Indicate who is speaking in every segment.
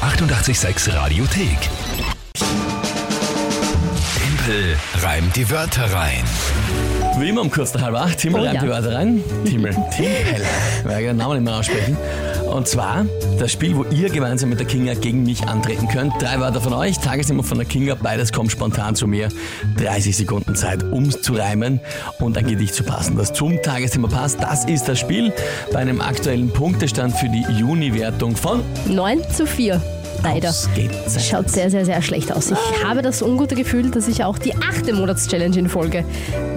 Speaker 1: 886 Radiothek. Tempel reimt die Wörter rein.
Speaker 2: Wie immer um kurz nach halb acht. Timmel
Speaker 3: Oh
Speaker 2: reimt
Speaker 3: ja.
Speaker 2: die Wörter rein. Timmel. Timmel. Weil ich den Namen nicht mehr aussprechen. Und zwar das Spiel, wo ihr gemeinsam mit der Kinga gegen mich antreten könnt. Drei Wörter von euch, Tagesnummer von der Kinga, beides kommt spontan zu mir. 30 Sekunden Zeit, um zu reimen und ein Gedicht zu passen, das zum Tagesthema passt. Das ist das Spiel bei einem aktuellen Punktestand für die Juni-Wertung von
Speaker 3: 9 zu 4. Leider.
Speaker 2: Ausgezeichnet.
Speaker 3: Schaut sehr, sehr, sehr schlecht aus. Ich
Speaker 2: Ah.
Speaker 3: habe das ungute Gefühl, dass ich auch die achte Monatschallenge in Folge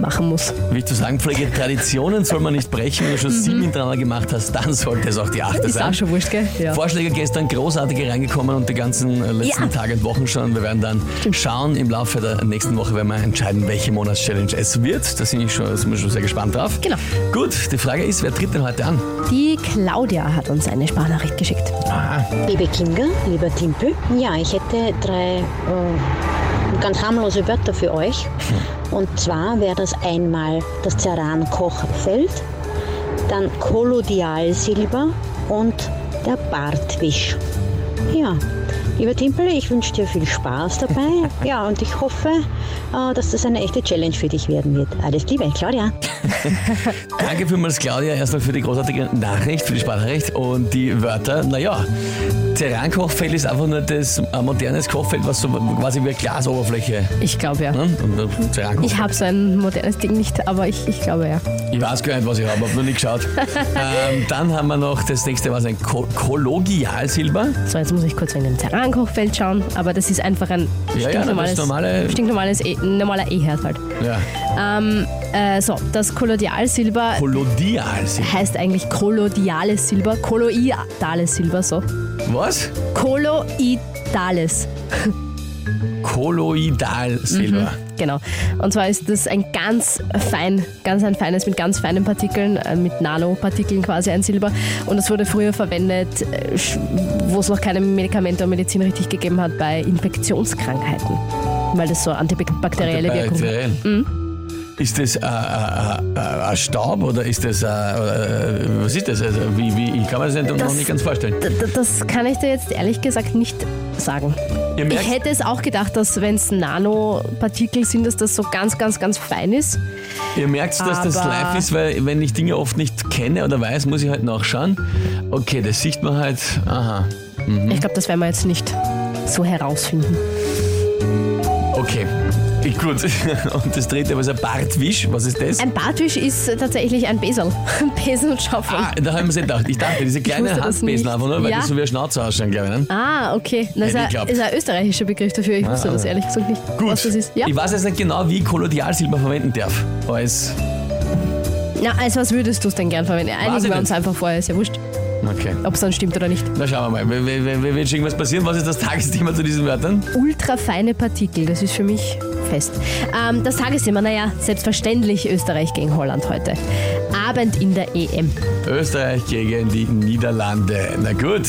Speaker 3: machen muss.
Speaker 2: Wie ich zu sagen pflege, Traditionen soll man nicht brechen. Wenn du schon sieben hintereinander gemacht hast, dann sollte es auch die achte
Speaker 3: Mhm. Ist
Speaker 2: sein.
Speaker 3: auch schon wurscht, gell? Ja.
Speaker 2: Vorschläge gestern großartige reingekommen und die ganzen äh, letzten
Speaker 3: Ja.
Speaker 2: Tage und Wochen schon. Wir werden dann schauen im Laufe der nächsten Woche, werden wir entscheiden, welche Monatschallenge es wird. Da sind, ich schon, sind wir schon sehr gespannt drauf.
Speaker 3: Genau.
Speaker 2: Gut, die Frage ist, wer tritt denn heute an?
Speaker 3: Die Claudia hat uns eine Sprachnachricht geschickt.
Speaker 4: Liebe Kinga, lieber Timpel, ja, ich hätte drei äh, ganz harmlose Wörter für euch. Und zwar wäre das einmal das Zeran-Kochfeld, dann Kollodialsilber und der Bartwisch. Ja, lieber Timpel, ich wünsche dir viel Spaß dabei. Ja, und ich hoffe, äh, dass das eine echte Challenge für dich werden wird. Alles Liebe, Claudia.
Speaker 2: Danke vielmals, Claudia, erstmal für die großartige Nachricht, für die Sprachnachricht und die Wörter. Naja, Terrankochfeld ist einfach nur das äh, modernes Kochfeld, was so quasi wie eine Glasoberfläche.
Speaker 3: Ich glaube ja.
Speaker 2: Ne? Und, äh, Terrankochfeld.
Speaker 3: Ich habe so ein modernes Ding nicht, aber ich, ich glaube ja.
Speaker 2: Ich weiß gar nicht, was ich habe, habe noch nie geschaut. ähm, dann haben wir noch das nächste, was ein Ko Kollogialsilber.
Speaker 3: So, jetzt muss ich kurz wegen dem Terrankochfeld schauen, aber das ist einfach ein
Speaker 2: Ja, ja, na, das
Speaker 3: stinknormales,
Speaker 2: ist normale.
Speaker 3: stinknormales e normaler E-Herd halt.
Speaker 2: Ja.
Speaker 3: Ähm, äh, so, das Kollodialsilber
Speaker 2: Kollodialsilber.
Speaker 3: heißt eigentlich kolodiales Silber, koloidales Silber, so.
Speaker 2: Was?
Speaker 3: Koloidales,
Speaker 2: Kolloidalsilber.
Speaker 3: genau. Und zwar ist das ein ganz fein, ganz ein feines, mit ganz feinen Partikeln, äh, mit Nanopartikeln quasi ein Silber. Und das wurde früher verwendet, äh, sch- wo es noch keine Medikamente und Medizin richtig gegeben hat, bei Infektionskrankheiten. Weil das so antibakterielle Wirkung Mhm. hat.
Speaker 2: Bakteriell. Ist das äh, äh, äh, ein Staub oder ist das, äh, äh, was ist das? Also, wie, wie, ich kann mir das, nicht- noch
Speaker 3: Das-
Speaker 2: nicht ganz vorstellen.
Speaker 3: D- d- Das kann ich dir jetzt ehrlich gesagt nicht sagen.
Speaker 2: Ihr merkt-
Speaker 3: Ich hätte es auch gedacht, dass wenn es Nanopartikel sind, dass das so ganz, ganz, ganz fein ist.
Speaker 2: Ihr merkt, dass das
Speaker 3: Aber-
Speaker 2: live ist, weil wenn ich Dinge oft nicht kenne oder weiß, muss ich halt nachschauen. Okay, das sieht man halt. Aha.
Speaker 3: Ich glaube, das werden wir jetzt nicht so herausfinden.
Speaker 2: Okay. Ich, gut. Und das dritte, was ein Bartwisch, was ist das?
Speaker 3: Ein Bartwisch ist tatsächlich ein Besel. Ein Besen und Schaufel.
Speaker 2: Ah, da haben wir es nicht gedacht. Ich dachte, diese kleinen
Speaker 3: wusste das
Speaker 2: Handbesen
Speaker 3: nicht.
Speaker 2: einfach nur, weil
Speaker 3: Ja.
Speaker 2: die so wie ein Schnauze ausschauen, glaube ich. Ne?
Speaker 3: Ah, okay. Das
Speaker 2: Hätte ich
Speaker 3: ist, ein,
Speaker 2: glaubt.
Speaker 3: ist ein österreichischer Begriff dafür. Ich wusste das ehrlich gesagt nicht,
Speaker 2: Gut.
Speaker 3: was das ist. Ja?
Speaker 2: Ich weiß jetzt nicht genau, wie ich Kollodialsilber verwenden darf. Als.
Speaker 3: Na, als was würdest du es denn gern verwenden?
Speaker 2: ich
Speaker 3: Einigen wir
Speaker 2: nicht.
Speaker 3: uns einfach vorher. Ist ja wurscht,
Speaker 2: Okay.
Speaker 3: ob es dann stimmt oder nicht.
Speaker 2: Na schauen wir mal. W- w- w- Wird schon irgendwas passieren? Was ist das Tagesthema zu diesen Wörtern?
Speaker 3: Ultrafeine Partikel, das ist für mich fest. Ähm, das Tagesthema, naja, selbstverständlich Österreich gegen Holland heute. Abend in der E EM.
Speaker 2: Österreich gegen die Niederlande. Na gut.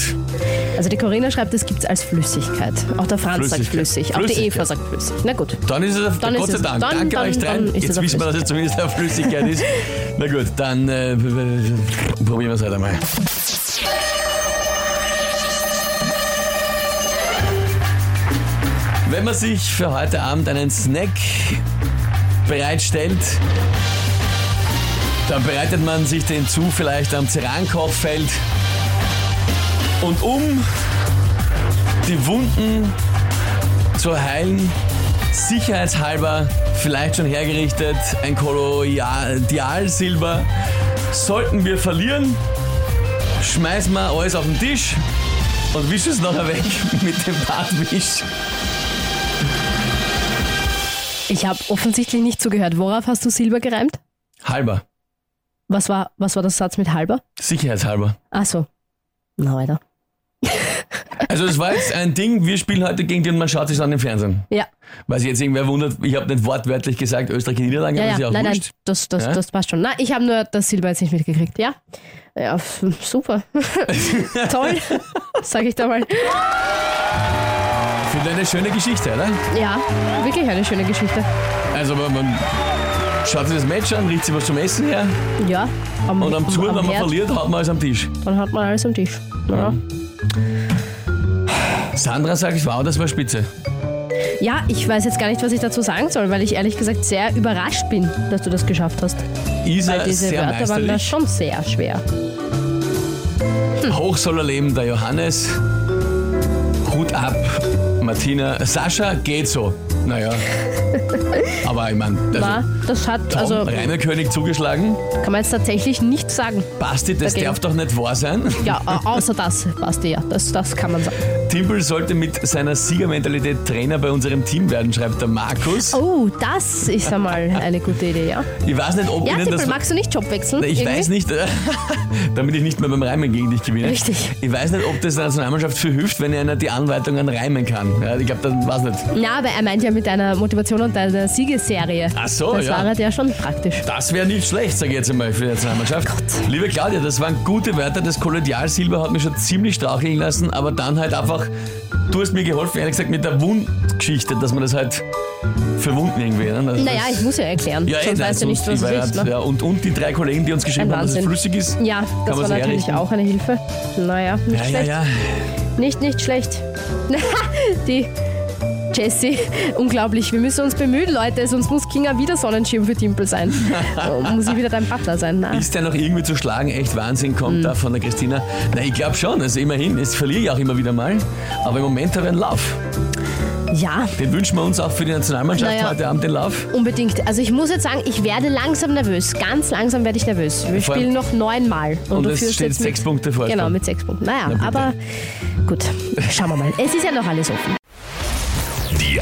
Speaker 3: Also die Corinna schreibt, das gibt es als Flüssigkeit. Auch der Franz sagt
Speaker 2: Flüssigkeit.
Speaker 3: flüssig. Auch die
Speaker 2: Flüssigkeit.
Speaker 3: Eva sagt flüssig. Na gut.
Speaker 2: Dann ist es,
Speaker 3: Dann
Speaker 2: Gott
Speaker 3: ist
Speaker 2: sei
Speaker 3: es-
Speaker 2: Dank.
Speaker 3: dann-
Speaker 2: Danke
Speaker 3: dann-
Speaker 2: euch
Speaker 3: dann
Speaker 2: dreien.
Speaker 3: ist es
Speaker 2: Jetzt
Speaker 3: eine
Speaker 2: wissen wir, dass es zumindest eine Flüssigkeit ist. Na gut, dann äh, b- b- probieren wir es halt einmal. Wenn man sich für heute Abend einen Snack bereitstellt, dann bereitet man sich den zu vielleicht am Zerankochfeld. Und um die Wunden zu heilen, sicherheitshalber vielleicht schon hergerichtet, ein Kolodialsilber. Sollten wir verlieren, schmeißen wir alles auf den Tisch und wischen es nachher weg mit dem Badwisch.
Speaker 3: Ich habe offensichtlich nicht zugehört. Worauf hast du Silber gereimt?
Speaker 2: Halber,
Speaker 3: Was war, was war das Satz mit halber?
Speaker 2: sicherheitshalber.
Speaker 3: Ach so. Na weiter.
Speaker 2: Also es war jetzt ein Ding, wir spielen heute gegen die und man schaut sich an im Fernsehen.
Speaker 3: Ja,
Speaker 2: Weil sich jetzt irgendwer wundert, ich habe nicht wortwörtlich gesagt, Österreich in Niederlande,
Speaker 3: ja,
Speaker 2: aber ist ja
Speaker 3: ja.
Speaker 2: auch
Speaker 3: Nein, nein,
Speaker 2: wurscht.
Speaker 3: das, das,
Speaker 2: Ja?
Speaker 3: das passt schon. Na, ich habe nur das Silber jetzt nicht mitgekriegt. Ja? Ja, f- super. Toll, sag ich da mal.
Speaker 2: Finde eine schöne Geschichte, oder?
Speaker 3: Ja, wirklich eine schöne Geschichte.
Speaker 2: Also man, man schaut sich das Match an, riecht sich was zum Essen her
Speaker 3: Ja. Am,
Speaker 2: und am Zug, wenn man
Speaker 3: Herd,
Speaker 2: verliert, hat man alles am Tisch.
Speaker 3: Dann hat man alles am Tisch. Ja.
Speaker 2: Sandra sagt, wow, das war spitze.
Speaker 3: Ja, ich weiß jetzt gar nicht, was ich dazu sagen soll, weil ich ehrlich gesagt sehr überrascht bin, dass du das geschafft hast.
Speaker 2: Isa
Speaker 3: Weil diese
Speaker 2: sehr
Speaker 3: Wörter waren da
Speaker 2: meisterlich.
Speaker 3: schon sehr schwer.
Speaker 2: Hoch soll er leben, der Johannes. Hut ab, Martina. Sascha geht so. Naja. Aber ich meine, also,
Speaker 3: War, das hat,
Speaker 2: Tom,
Speaker 3: also
Speaker 2: Rainer König zugeschlagen.
Speaker 3: kann man jetzt tatsächlich nichts sagen.
Speaker 2: Basti, das
Speaker 3: Dagegen.
Speaker 2: darf doch nicht wahr sein.
Speaker 3: Ja, äh, außer das, Basti, ja, das, das kann man sagen.
Speaker 2: Timpel sollte mit seiner Siegermentalität Trainer bei unserem Team werden, schreibt der Markus.
Speaker 3: Oh, das ist einmal eine gute Idee, ja.
Speaker 2: Ich weiß nicht, ob
Speaker 3: Ja,
Speaker 2: Ihnen
Speaker 3: Tippel,
Speaker 2: das...
Speaker 3: magst du nicht Job wechseln?
Speaker 2: Ich
Speaker 3: irgendwie?
Speaker 2: weiß nicht, damit ich nicht mehr beim Reimen gegen dich gewinne.
Speaker 3: Richtig.
Speaker 2: Ich weiß nicht, ob das der Nationalmannschaft für hilft, wenn einer die Anleitung an Reimen kann. Ja, ich glaube, das weiß nicht.
Speaker 3: Na, aber er meint ja mit deiner Motivation und deiner Siegesserie.
Speaker 2: Ach so,
Speaker 3: das
Speaker 2: ja.
Speaker 3: war halt ja schon praktisch.
Speaker 2: Das wäre nicht schlecht, sage ich jetzt einmal für die Nationalmannschaft.
Speaker 3: Oh
Speaker 2: Liebe Claudia, das waren gute Wörter. Das Kollegialsilber hat mich schon ziemlich straucheln lassen, aber dann halt einfach, du hast mir geholfen, ehrlich gesagt, mit der Wundgeschichte, dass man das halt verwunden irgendwie. Ne? Das-
Speaker 3: Naja,
Speaker 2: das-
Speaker 3: ich muss ja erklären,
Speaker 2: Ja, eh,
Speaker 3: sonst
Speaker 2: nein,
Speaker 3: weißt du nicht, was
Speaker 2: ich war
Speaker 3: es ist.
Speaker 2: ja-
Speaker 3: Ne?
Speaker 2: ja, und, und die drei Kollegen, die uns geschrieben
Speaker 3: Ein
Speaker 2: haben, dass es
Speaker 3: Wahnsinn.
Speaker 2: flüssig ist.
Speaker 3: Ja, das war
Speaker 2: man's
Speaker 3: natürlich
Speaker 2: herrichten.
Speaker 3: auch eine Hilfe. Naja, nicht
Speaker 2: Ja, ja,
Speaker 3: schlecht.
Speaker 2: ja.
Speaker 3: Nicht, nicht schlecht. Die Jessie, unglaublich. Wir müssen uns bemühen, Leute, sonst muss Kinga wieder Sonnenschirm für Timpel sein. Oh, muss ich wieder dein Butler sein. Na.
Speaker 2: Ist der noch irgendwie zu schlagen? Echt Wahnsinn kommt da von der Christina. Na, ich glaube schon. Also immerhin, es verliere ich auch immer wieder mal. Aber im Moment habe ich einen Lauf.
Speaker 3: Ja,
Speaker 2: Den wünschen wir uns auch für die Nationalmannschaft
Speaker 3: Naja.
Speaker 2: heute Abend den Lauf.
Speaker 3: unbedingt. Also ich muss jetzt sagen, ich werde langsam nervös. Ganz langsam werde ich nervös. Wir
Speaker 2: Vor allem-
Speaker 3: spielen noch neunmal.
Speaker 2: Und
Speaker 3: du
Speaker 2: es
Speaker 3: führst
Speaker 2: steht
Speaker 3: jetzt mit-
Speaker 2: sechs Punkte vor.
Speaker 3: Genau, mit sechs Punkten. Naja,
Speaker 2: bitte.
Speaker 3: aber gut, schauen wir mal. Es ist ja noch alles offen.
Speaker 1: Die